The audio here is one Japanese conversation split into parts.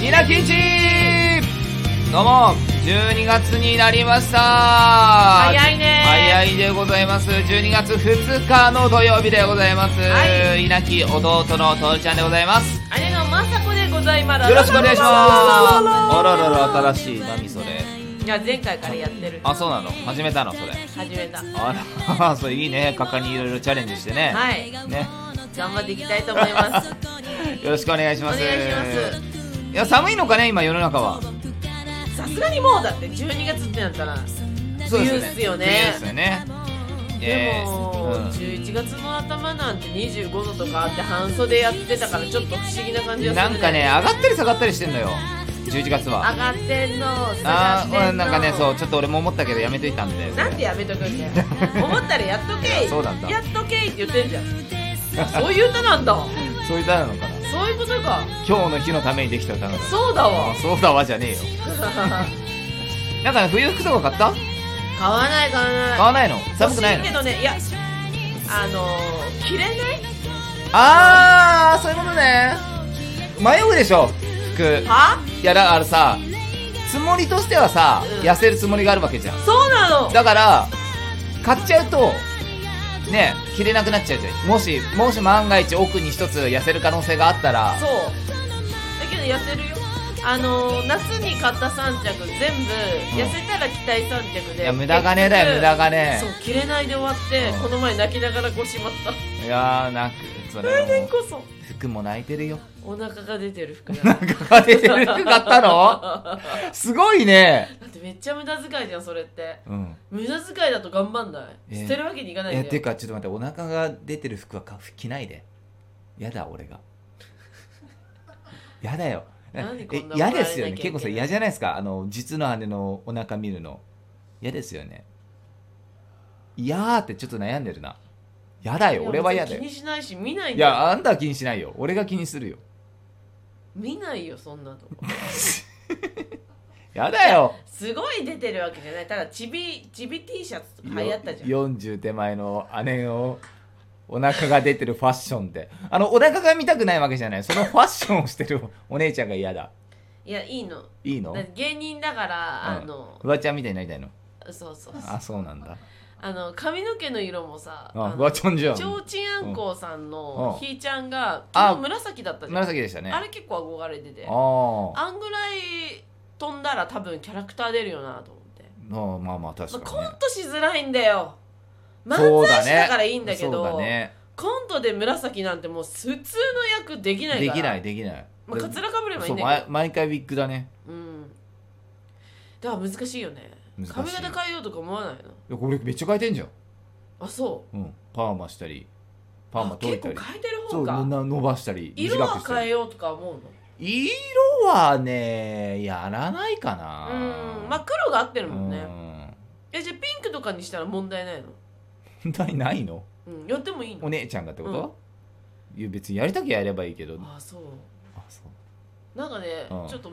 ニラキンチどうも12月になりました早早いね早いでございます12月2日の土曜日でございます、は稲木弟のとるちゃんでございます姉のまさこでございますよろしくお願いしますあららら新らしい何それいや前回からやってるあそうなの始めたのそれ始めたあら それいいね果敢にいろいろチャレンジしてね、はいね頑張っていきたいと思います よろしくお願いしますお願いしますいや寒いのかね今世の中はさすがにもうだって12月ってなったら冬っすよね冬っすよねでえーも、うん11月の頭なんて25度とかあって半袖やってたからちょっと不思議な感じがすなんるかね上がったり下がったりしてんのよ11月は上がってんの下があってんーのうんなんかねそうちょっと俺も思ったけどやめといたんでなんでやめとくんだよ思ったらやっとけいやそうなんだやっとけって言ってんじゃんそういう歌なんだそういう歌なのかなそういうことか今日の日のためにできた歌なのそうだわあそうだわじゃねえよなんか冬服とか買った買わない買わな買いわないの寒くないの欲しいけどねいやあのー、着れないあーそういうことね迷うでしょ服はいやだからさつもりとしてはさ、うん痩せるつもりがあるわけじゃんそうなのだから買っちゃうとね着れなくなっちゃうじゃんもしもし万が一奥に一つ痩せる可能性があったらそうだけど痩せるよあのー、夏に買った3着全部痩せたら着たい3着で、いや無駄金だよ無駄が金そう着れないで終わって、うんこの前泣きながら腰まった いやーなくそ来れ年もこそ服も泣いてるよ お腹が出てる服なだんか出てる服買ったの だすごいねってめっちゃ無駄遣いじゃんそれってうん無駄遣いだと頑張んない、えー捨てるわけにいかないいやんだてよかちょっと待ってお腹が出てる服はか着ないでやだ俺が やだよなんでこんな嫌ですよね結構さ怒られなきゃいけない嫌じゃないですかあの実の姉のお腹見るの嫌ですよねいやーってちょっと悩んでるなやだよ俺は嫌だよ気にしないし見ないんいだよやあんたは気にしないよ俺が気にするよ見ないよそんなとこやだよすごい出てるわけじゃないただちびちび T シャツとか流行ったじゃんよ40手前の姉をお腹が出てるファッションってあのお腹が見たくないわけじゃないそのファッションをしてるお姉ちゃんが嫌だいやいいのいいのだって芸人だから、うんあのフワちゃんみたいになりたいのそうそうあそうなんだあの髪の毛の色もさああフワのちゃんじゃんちょうちんあんこうさんうのんひーちゃんがあ昨日紫だったじゃん、紫でしたねあれ結構憧れててあーあんぐらい飛んだら多分キャラクター出るよなと思って、まあまあまあ確まあかに、コねントしづらいんだよそう漫だ才師ねだからいいんだけそうだどねコントで紫なんてもう普通の役できないかでらきないできないまあ、かつらかぶればいいそんうだけ毎毎回ウィッグだねどうんだから難しいよね難しい髪型変えようとか思わないのいやこれめっちゃ変えてんじゃん、あそうん、パーマしたりうパーマあ解い結た構り変えてるそ方うなか伸ばしたり色短はくした変えりようとか思うの色はねやらないかなうんまあ黒が合ってうるもんねんえじゃあピンクとかにしたら問題ないの問題 ないのうんやってもいいのお姉ちゃんがってこと、いや別にやりたきゃやればいいけどあそうあそうなんかね、うんちょっと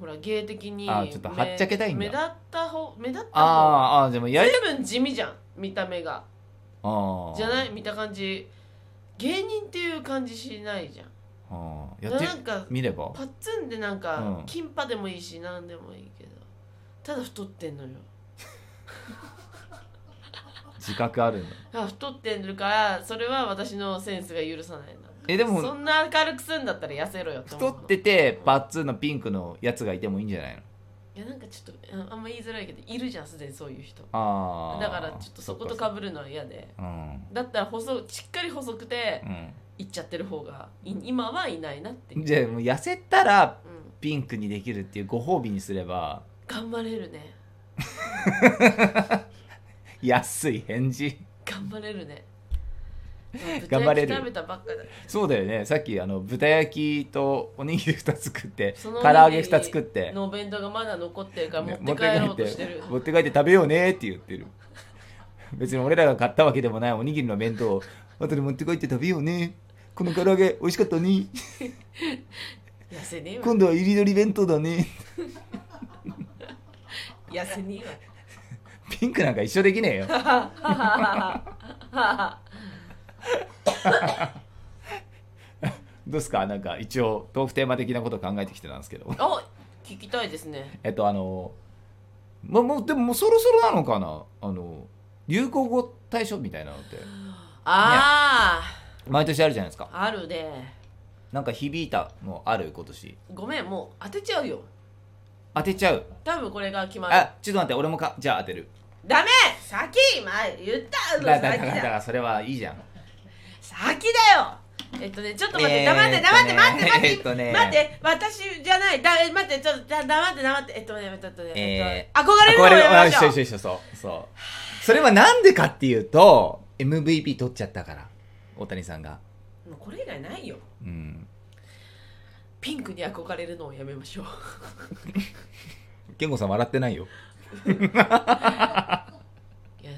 ほら芸的にあちょっとはっちゃけたいんだ目目立った方目立った方あーあーでもやり随分地味じゃん見た目がああじゃない見た感じ芸人っていう感じしないじゃんああやってなんかみれば パッツンでなんか、うんキンパでもいいし何でもいいけどただ太ってんのよ自覚あるんだあ太ってるからそれは私のセンスが許さないなえでそもんな明るくすんだったら痩せろよって思太うのっててパッツンのピンクのやつがいてもいいんじゃないのいやなんかちょっとああんま言いづらいけどいるじゃんすでにそういう人ああだからちょっとそことかかぶるのは嫌でうん、だったら細しっかり細くてういっちゃってる方がい今はいないなっていん、う、じゃあもう痩せたらうん、ピンクにできるっていうご褒美にすれば頑張れるね安い返事頑張れる ね頑張れる豚焼き食べたばっかだそうだよねさっきあの豚焼きとおにぎり2つ作ってそ唐の揚げ2つ作ってのお弁当がまだ残ってるから持ねって帰ろうとしてる、持って帰って食べようねって言ってる 別に俺らが買ったわけでもないおにぎりの弁当を後で持って帰って食べようねこの唐揚げ美味しかったね痩せねえわ今度は入りのり弁当だね痩せねえわピンクなんか一生できねえよ どうですかなんか一応トークテーマ的なことを考えてきてたんですけどあ聞きたいですねえっとあのまもうでももうそろそろなのかなあの流行語大賞みたいなのってあ毎年あるじゃないですかああるねなんか響いたのある今年ごめんもう当てちゃうよ当てちゃう多分これが決まるあちょっと待って俺もかじゃあ当てるダメ先今言ったぞだだ先だだかだらそれはいいじゃん先だよえっとねちょっと待っえてーっと黙ってね黙って待って待ってえーっとね待って私じゃないだえ待ってちょっとだ黙って黙ってえっとねえっとねええっと憧れるのをやめまし一緒ょう一緒一緒そうそうそれはなんでかっていうと MVP 取っちゃったから大谷さんがもうこれ以外ないようんピンクに憧れるのをやめましょ う健吾さん笑ってないよいや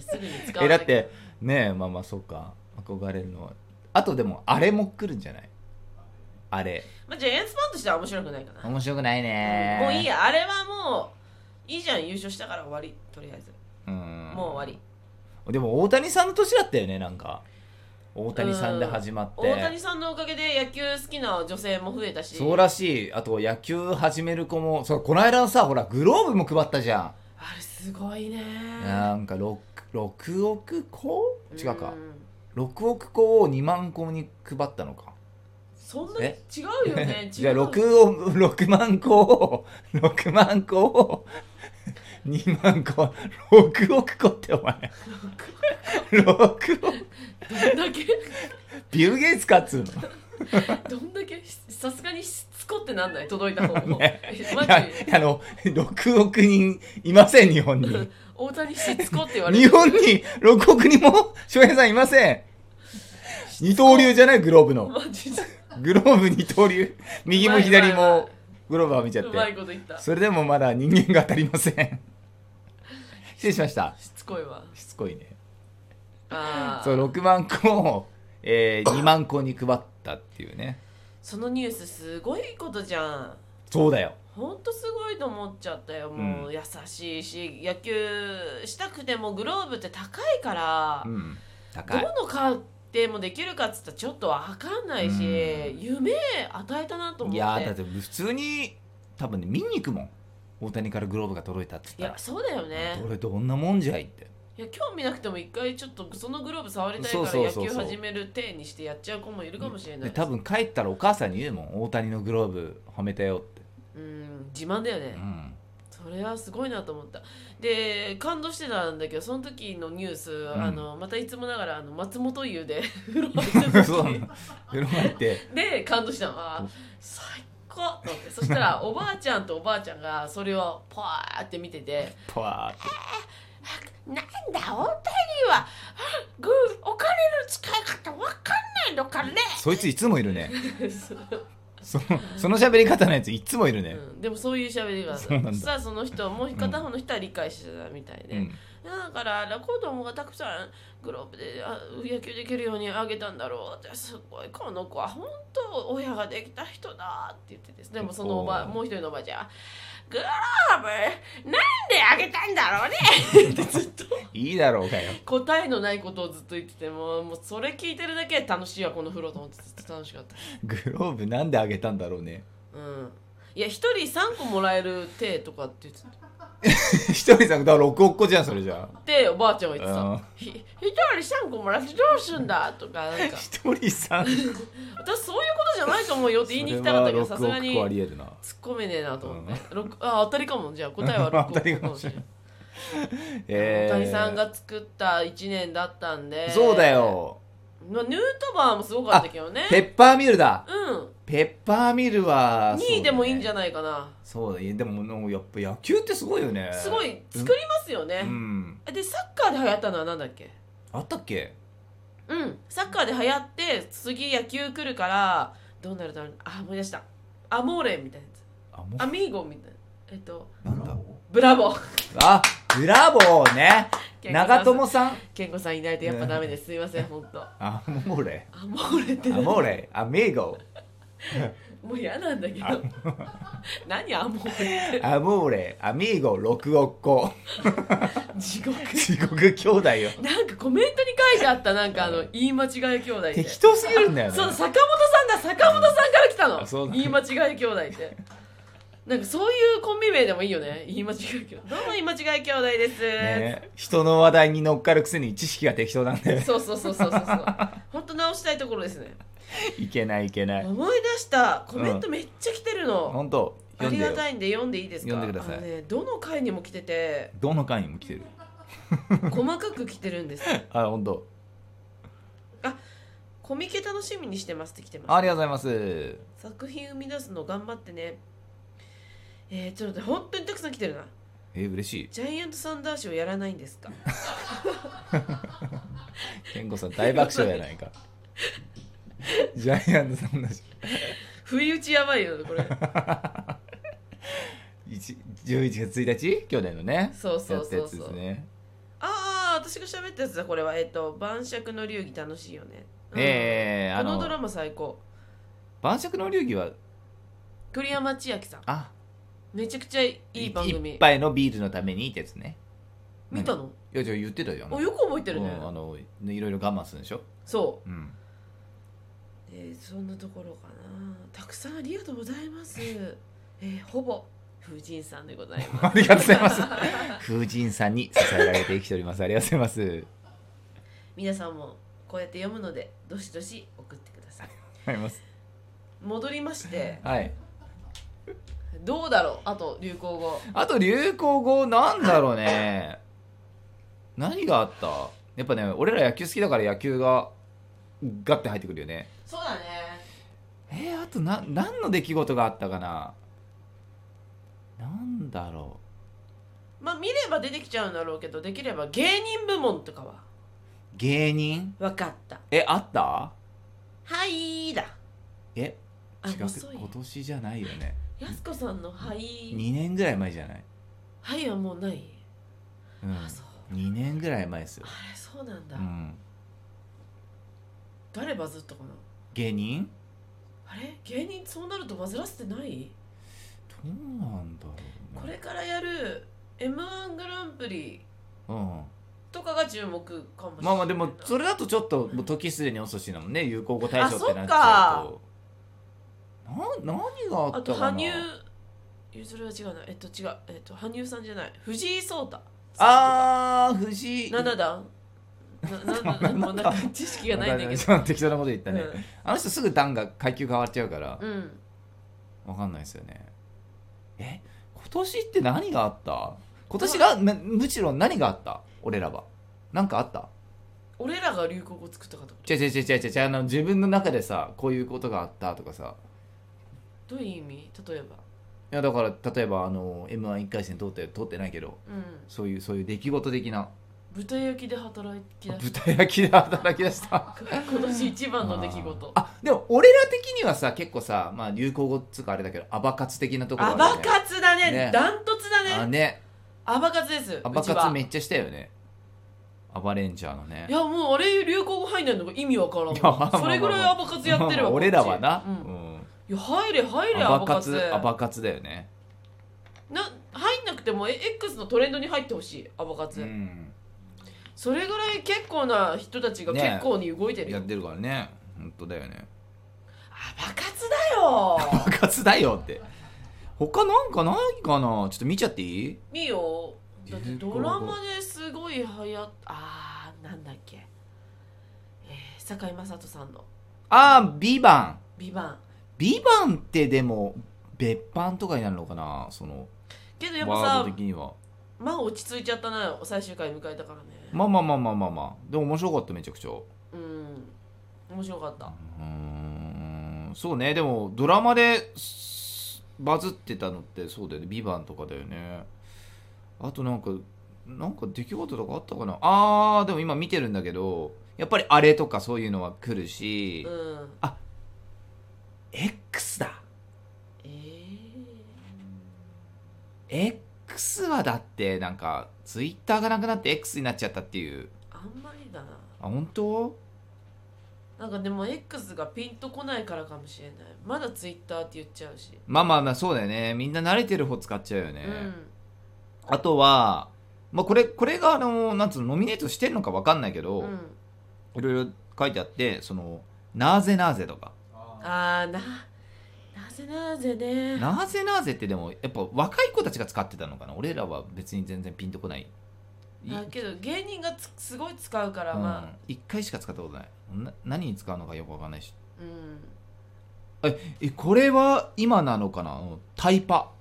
すぐに使わえなだいってねえまあまあそうか憧れるのはあとでもあれも来るんじゃないあれまあ、じゃあエンスパンとしては面白くないかな面白くないねもういいやあれはもういいじゃん優勝したから終わりとりあえずうんもう終わでも大谷さんの年だったよねなんか大谷さんで始まってり大谷さんのおかげで野球好きな女性も増えたしそうらしいあと野球始める子もそうこの間のさほらグローブも配ったじゃんあれすごいねなんか 6, 6億個ん違うか6億個を2万個に配ったのかそんなに違えうよ ねじゃあ違う6を6万個を6万個を2万個6億個ってお前6億どんだけビル・ゲイツかっつうのどんだけさすがにしつこってなんない届いた方も、 ねえマいジやあの6億人いません日本に大谷しつこって言われ日る本に6億人も翔平さんいません二刀流じゃないグローブのマジでグローブ二刀流右も左うまいうまいもグローブは見ちゃっうまいてこと言ったしそれでもまだ人間が当たりません失礼しましたつこいわしつこいねああそう6万個を、え2万個に配ったっていうねそのニュースすごいことじゃんそうだよほんとすごいと思っちゃったよもう、う優しいし野球したくてもグローブって高いからう、ん高どいの買ってもできるかっつったらちょっとわかんないし、う夢与えたなとい思っていやーだやって普通に多分ね見に行くもん大谷からグローブが届いたっつったらそうだよねこれどんなもんじゃいっていや興味なくても一回ちょっとそのグローブ触りたいそうかそらう野そう球そう始める体にしてやっちゃう子もいるかもしれないで多分帰ったらお母さんに言うもん大谷のグローブはめたよって、うん自慢だよね、うん、 それはすごいなと思ったで感動してたんだけどその時のニュース、んあのまたいつもながらあの松本 湯で風呂そうな入っのた風呂入って時で感動したのはお最高と思ってそしたらおばあちゃんとおばあちゃんがそれをパーって見ててパワーって「なんだ大谷はグーお金の使い方わかんないのかねそいついつもいるねそう そのその喋り方のやついつもいるね、うん」でもそういう喋りがそうなんだそしたらその人もう片方の人は理解してたみたいで。うんだから子供がたくさんグローブであ野球できるようにあげたんだろうってすごいこの子は本当親ができた人だって言ってですねでもそのおばおーもう一人のおばあちゃんはグローブなんであげたんだろうねってずっといいだろうかよ答えのないことをずっと言っててもうもうそれ聞いてるだけで楽しいわこの風呂と思ってずっと楽しかったグローブなんであげたんだろうね うんいや一人3個もらえる手とかって言ってたひとりさんだから6億個じゃんそれじゃっておばあちゃんが言ってあたひ一人3個もらってどうすんだとかなんかあひとりさん私そういうことじゃないと思うよって言いに行きたかったけどさすがに6億個あ突っりえるな込めねえなと思って、六あ当たりかもじゃあ答えは 当たり6か個もしれないいえ大ー谷さんが作った1年だったんでそうだ、よまあ、ヌートバーもすごかったけどねペッパーミルだうんペッパーミルは2位でもいいんじゃゃないかな、そうだねでもなんかやっぱ野球ってすごいよねすごい作りますよねう、んでサッカーで流行ったのは何だっけあったっけうんサッカーで流行って次野球来るからどうなるだろうあ思い出したアモーレみたいなやあもつアミーゴみたいなえっとうなんだブラボーあブラボーね長友さん健吾さんいないとやっぱダメです。すいません、本当。アモーレアモーレってアモーレアメーゴもう嫌なんだけどあ 何アモーレってアモーレ、アミーゴ、六億個。地獄地獄兄弟よ。なんかコメントに書いてあったなんかあの言い間違い兄弟って適当すぎるんだよね。そう坂本さんだ坂本さんから来たあのそうなの言い間違い兄弟ってなんかそういうコンビ名でもいいよね言い間違い兄弟どうも言い間違い兄弟です、ね、人の話題に乗っかるくせに知識が適当なんでそうそうそうそうそ うそう本当直したいところですねいけないいけない思い出したコメントめっちゃ来てるの、本当あ読んりでがよたいんで読んでいいですか読んでくださいあのね、どの回にも来てて どの回にも来てる細かく来てるんですあ本当コミケ楽しみにしてますって来てますありがとうございます作品生み出すの頑張ってねえー、ちょっと待って本当にたくさん来てるなえー嬉しいジャイアントサンダー賞やらないんで すか健吾さん大爆笑やないかジャイアントさんだし不意打ちやばいよこれ一11月1日去年のねそうそうやそうそったやつですう、ねああ私が喋ったやつだこれはえっ、と晩酌の流儀楽しいよね、うんえー、あこのドラのマ最高晩酌の流儀は栗山千明さんあめちゃくちゃいい番組一杯のビールのためにってやつね見たのいやじゃあ言ってたじゃんおよく覚えてるね、うんあのいろいろ我慢するんでしょそ うんう、えー、そんなところかなたくさんありがとうございますえー、ほぼ風神さんでござ いますありがとうございます。風神さんに支えられて生きております。ありがとうございます。皆さんもこうやって読むのでどしどし送ってくださいはいます。戻りましてはい。どうだろうあと流行語あと流行語なんだろうね。何があった？やっぱね、俺ら野球好きだから野球がガッて入ってくるよね。そうだねえー、あとな何の出来事があったかな。なんだろまあ見れば出てきちゃうんだろうけどできれば芸人部門とかはう。芸人？分かったえ、あった？はいーだえ、あ違う。遅い今年じゃないよね。やすこさんのはい2年ぐらい前じゃない。はいはもうない、うんあ。そう2年ぐらい前ですよあ。れそうなんうだ、ん。誰バズったかな芸人？あれ芸人そうなるとバズらせてないどうなんだろうねこれからやる m 1グランプリうんとかが注目かもしれないまあまあでもそれだとちょっともう時すでに遅しだもんね有効語大賞ってなっちあゃそうとな何があったかなあと羽生ゆずるは違うなえっと違うえっと羽生さんじゃない藤井聡太あー藤井七段 なななもうなんか知識がないんだけどわかんない適当なこと言ったね、あの人すぐ段が階級変わっちゃうからうん、うんわかんないですよねえ今年って何があった今年がなむしろ何があった俺らは何かあった俺らが流行語作ったかってこ違う違う違う違う違うあの自分の中でさこういうことがあったとかさとどういう意味例えばいやだから例えばあの m 1 1回戦通って通ってないけどうんそういうそういう出来事的な豚焼きで働きだし豚焼きで働き出した今年一番の出来事あーあでも俺ら的にはさ結構さ、まあ、流行語っつうかあれだけどアバカツ的なところアあるバよねカツだねねダントツだあねねアバカツですアバうカちツはめっちゃしたよねアバレンジャーのねいやもう俺流行語入んないのが意味わからいやまあまあんまあそれぐらいアバカツやってるまあ わ俺らはなこ、っちうんうんいや入れ入れアアババカカツツアバカツだよねな入んなくてもえ X のトレンドに入ってほしいアバカツ、うんそれぐらい結構な人たちがね結構に動いてるよ、やってるからね本当だよねアバカツだよア バカツだよって他なんかないかなちょっと見ちゃっていい見よだって流行ド語ラマですごい流行っあーなんだっけえー、堺雅人さんのあービバン「ビバンビバンってでも別版とかになるのかなそのけどやっぱワーさド的にはまあ落ち着いちゃったな最終回迎えたからね、まあまあまあまあまあまあでも面白かっためちゃくちゃううん面白かったーんそうねでもドラマですバズってたのってそうだよね「ビバンとかだよねあとなんかなんか出来事とかあったかなあーでも今見てるんだけどやっぱりあれとかそういうのは来るし、うん X だえー、 X はだってなんかツイッターがなくなって X になっちゃったっていうあんまりだなあ本当なんかでも X がピンとこないからかもしれないまだ Twitter って言っちゃうし、まあまあまあそうだよねみんな慣れてる方使っちゃうよね、うんあとは、まあ、これこれがあのなんつうのノミネートしてるのかわかんないけど、うん、いろいろ書いてあってそのなぜなぜとかあーななぜなぜねなぜなぜってでもやっぱ若い子たちが使ってたのかな俺らは別に全然ピンとこないいだけど芸人がつすごい使うからうんまあ、、 1回しか使ったことないな何に使うのかよくわかんないしうん、えこれは今なのかなうんタイパ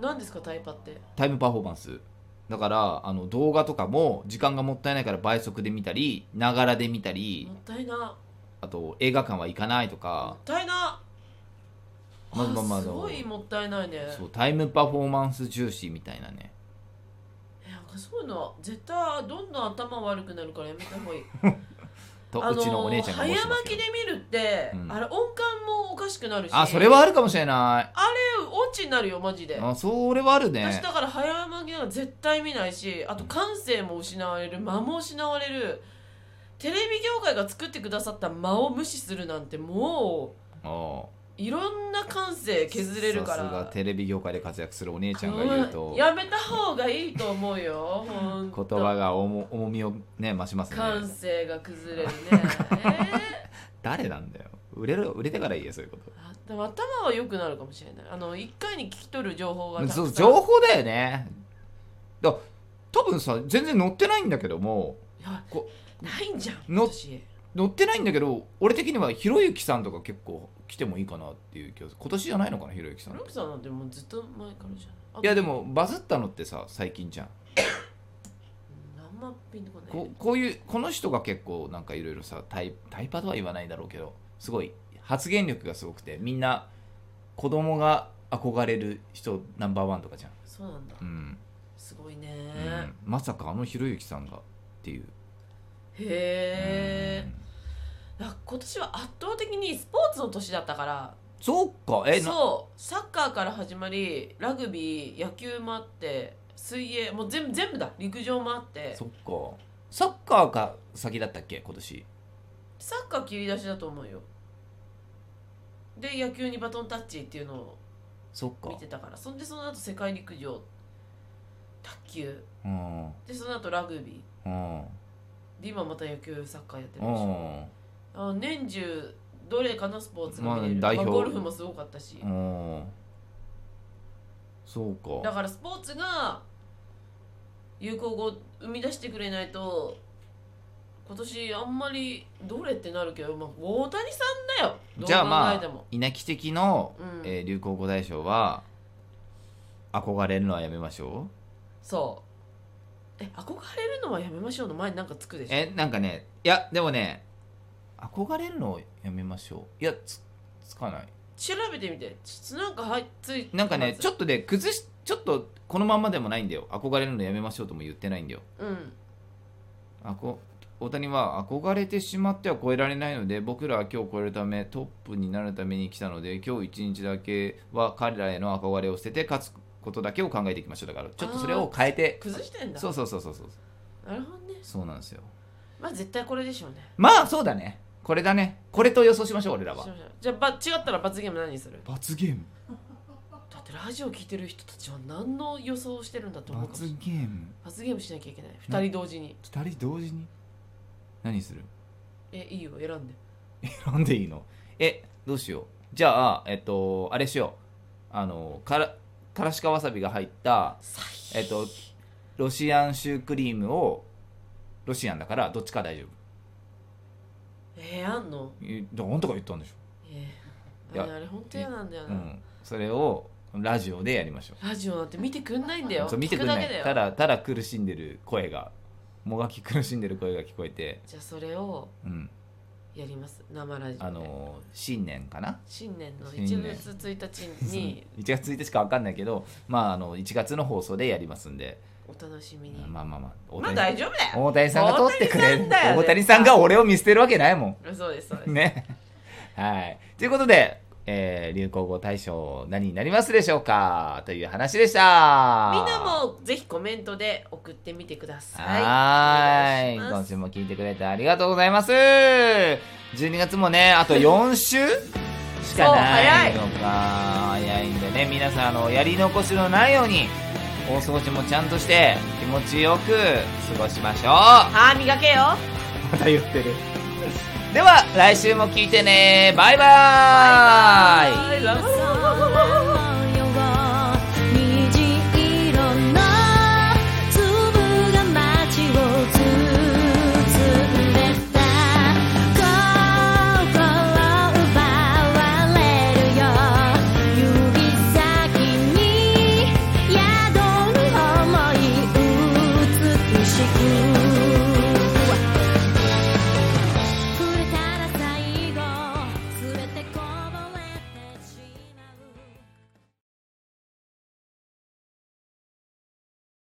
何ですかタイパってタイムパフォーマンスだからあの動画とかも時間がもったいないから倍速で見たりながらで見たりもったいなあと映画館は行かないともかったいなまずまずまずすごいもったいないねそうタイムパフォーマンス重視みたいなねいやなんかそういうのは絶対どんどん頭悪くなるからやめた方がいいとうちのお姉ちゃんが申早します巻けきどで見るって、うんあれ音感もおかしくなるしあそれはあるかもしれなえ音痴になるよマジで、いあそれはある私ねだから早巻きなんか絶対見ないしあと感性も失われる間も失われるテレビ業界が作ってくださった間を無視するなんてもおうういろんな感性削れるからさすがテレビ業界で活躍するお姉ちゃんが言ううんとやめた方がいいと思うよほんと言葉が重重みをね増します感ね性が崩れるね、え誰なんだよ売れる売れてから言えそういうことーあでも頭は良くなるかもしれないあの一回に聞き取る情報がたくさそんう情報だよねだ多分さ全然載ってないんだけどもいやこないんじゃんの私載ってないんだけど俺的にはひろゆきさんとか結構来てもいいかなっていう気がする今年じゃないのかなひろゆきさんロクさんなんてもうずっと前からじゃんいやでもバズったのってさ最近じゃんうんあんまピンとこないここういうこの人が結構なんかいろいろさタイタイパとは言わないだろうけどすごい発言力がすごくてみんな子供が憧れる人ナンバーワンとかじゃん、そうなんだうんすごいね、うんまさかあのひろゆきさんがっていうへえうん今年は圧倒的にスポーツの年だったからそうかえなそうサッカーから始まりラグビー野球もあって水泳もう全部全部だ陸上もあってそっかサッカーが先だったっけ今年サッカー切り出しだと思うよで野球にバトンタッチっていうのをそっか見てたからそんでその後世界陸上卓球うんうんでその後ラグビうんーで今また野球サッカーやってるでしょうんあ年中どれかのスポーツが見れる、まあ代まあ表ゴルフもすごかったし、そうだかからスポーツが有効語を生み出してくれないと今年あんまりどれってなるけど、まあ、大谷さんだよどうじゃあま考えてあも、稲城的のうんえー流行語大賞は憧れるのはやめましょそうえ憧れるのはやめましょうの前になんかつくでうしょえなんかねいやでもね憧れるのをやめましょういやつつかない調べてみてちなんかはいついなんかねちょっっとね崩しちょっとこのまんまでもないんだよ憧れるのやめましょうとも言ってないんだよとうんあこ大谷は憧れてしまっては超えられないので僕らは今日超えるためトップになるために来たので今日一日だけは彼らへの憧れを捨てて勝つことだけを考えていきましょうだからちょっとそれを変えて崩してんだそうそうそうそうそうなるほどねそうなんですよまあ絶対これでしょうねまあそうだねこれだねこれと予想しましょう俺らはしましょうじゃあば違ったら罰ゲーム何にする罰ゲームだってラジオ聞いてる人たちは何の予想をしてるんだと思うかもしれないゲーム罰ゲームしなきゃいけないな2人同時に2人同時に何するえいいよ選んで選んでいいのえどうしようじゃあえっとあれしようあのからからしかわさびが入ったえっとロシアンシュークリームをロシアンだからどっちか大丈夫えー、あんのえだからあんたが言ったんでしえーいやあれあれ本当嫌なんだょ、ような、ん、それをラジオでやりましょラジオなんて見てくんないんだようそう見てくれな聞くだけいだたよだただ苦しんでる声がもがき苦しんでる声が聞こえて、じゃあそれをうん、やります生ラジオであの新年かな新年の新1年月1日に1月1日しか分かんないけど、まあ、あの1月の放送でやりますんで、お楽しみに、まあまあまあ大まあ谷,、大丈夫だよ大谷さんが取ってくれる大谷さんだよね大谷さんが俺を見捨てるわけないもんそうですそうです、ね。はい。ということで、えー流行語大賞何になりますでしょうかという話でした。みんなもぜひコメントで送ってみてください。はーい。お願今いし週も聞いてくれてありがとうございます。12月もね、 あと4週しかないのか。早いんでね、皆さん、あの、やり残しのないように、大掃除もちゃんとして、気持ちよく過ごし ましょう。ます歯磨けよ。また言ってる。では、来週も聞いてね。バイバーイバイバイ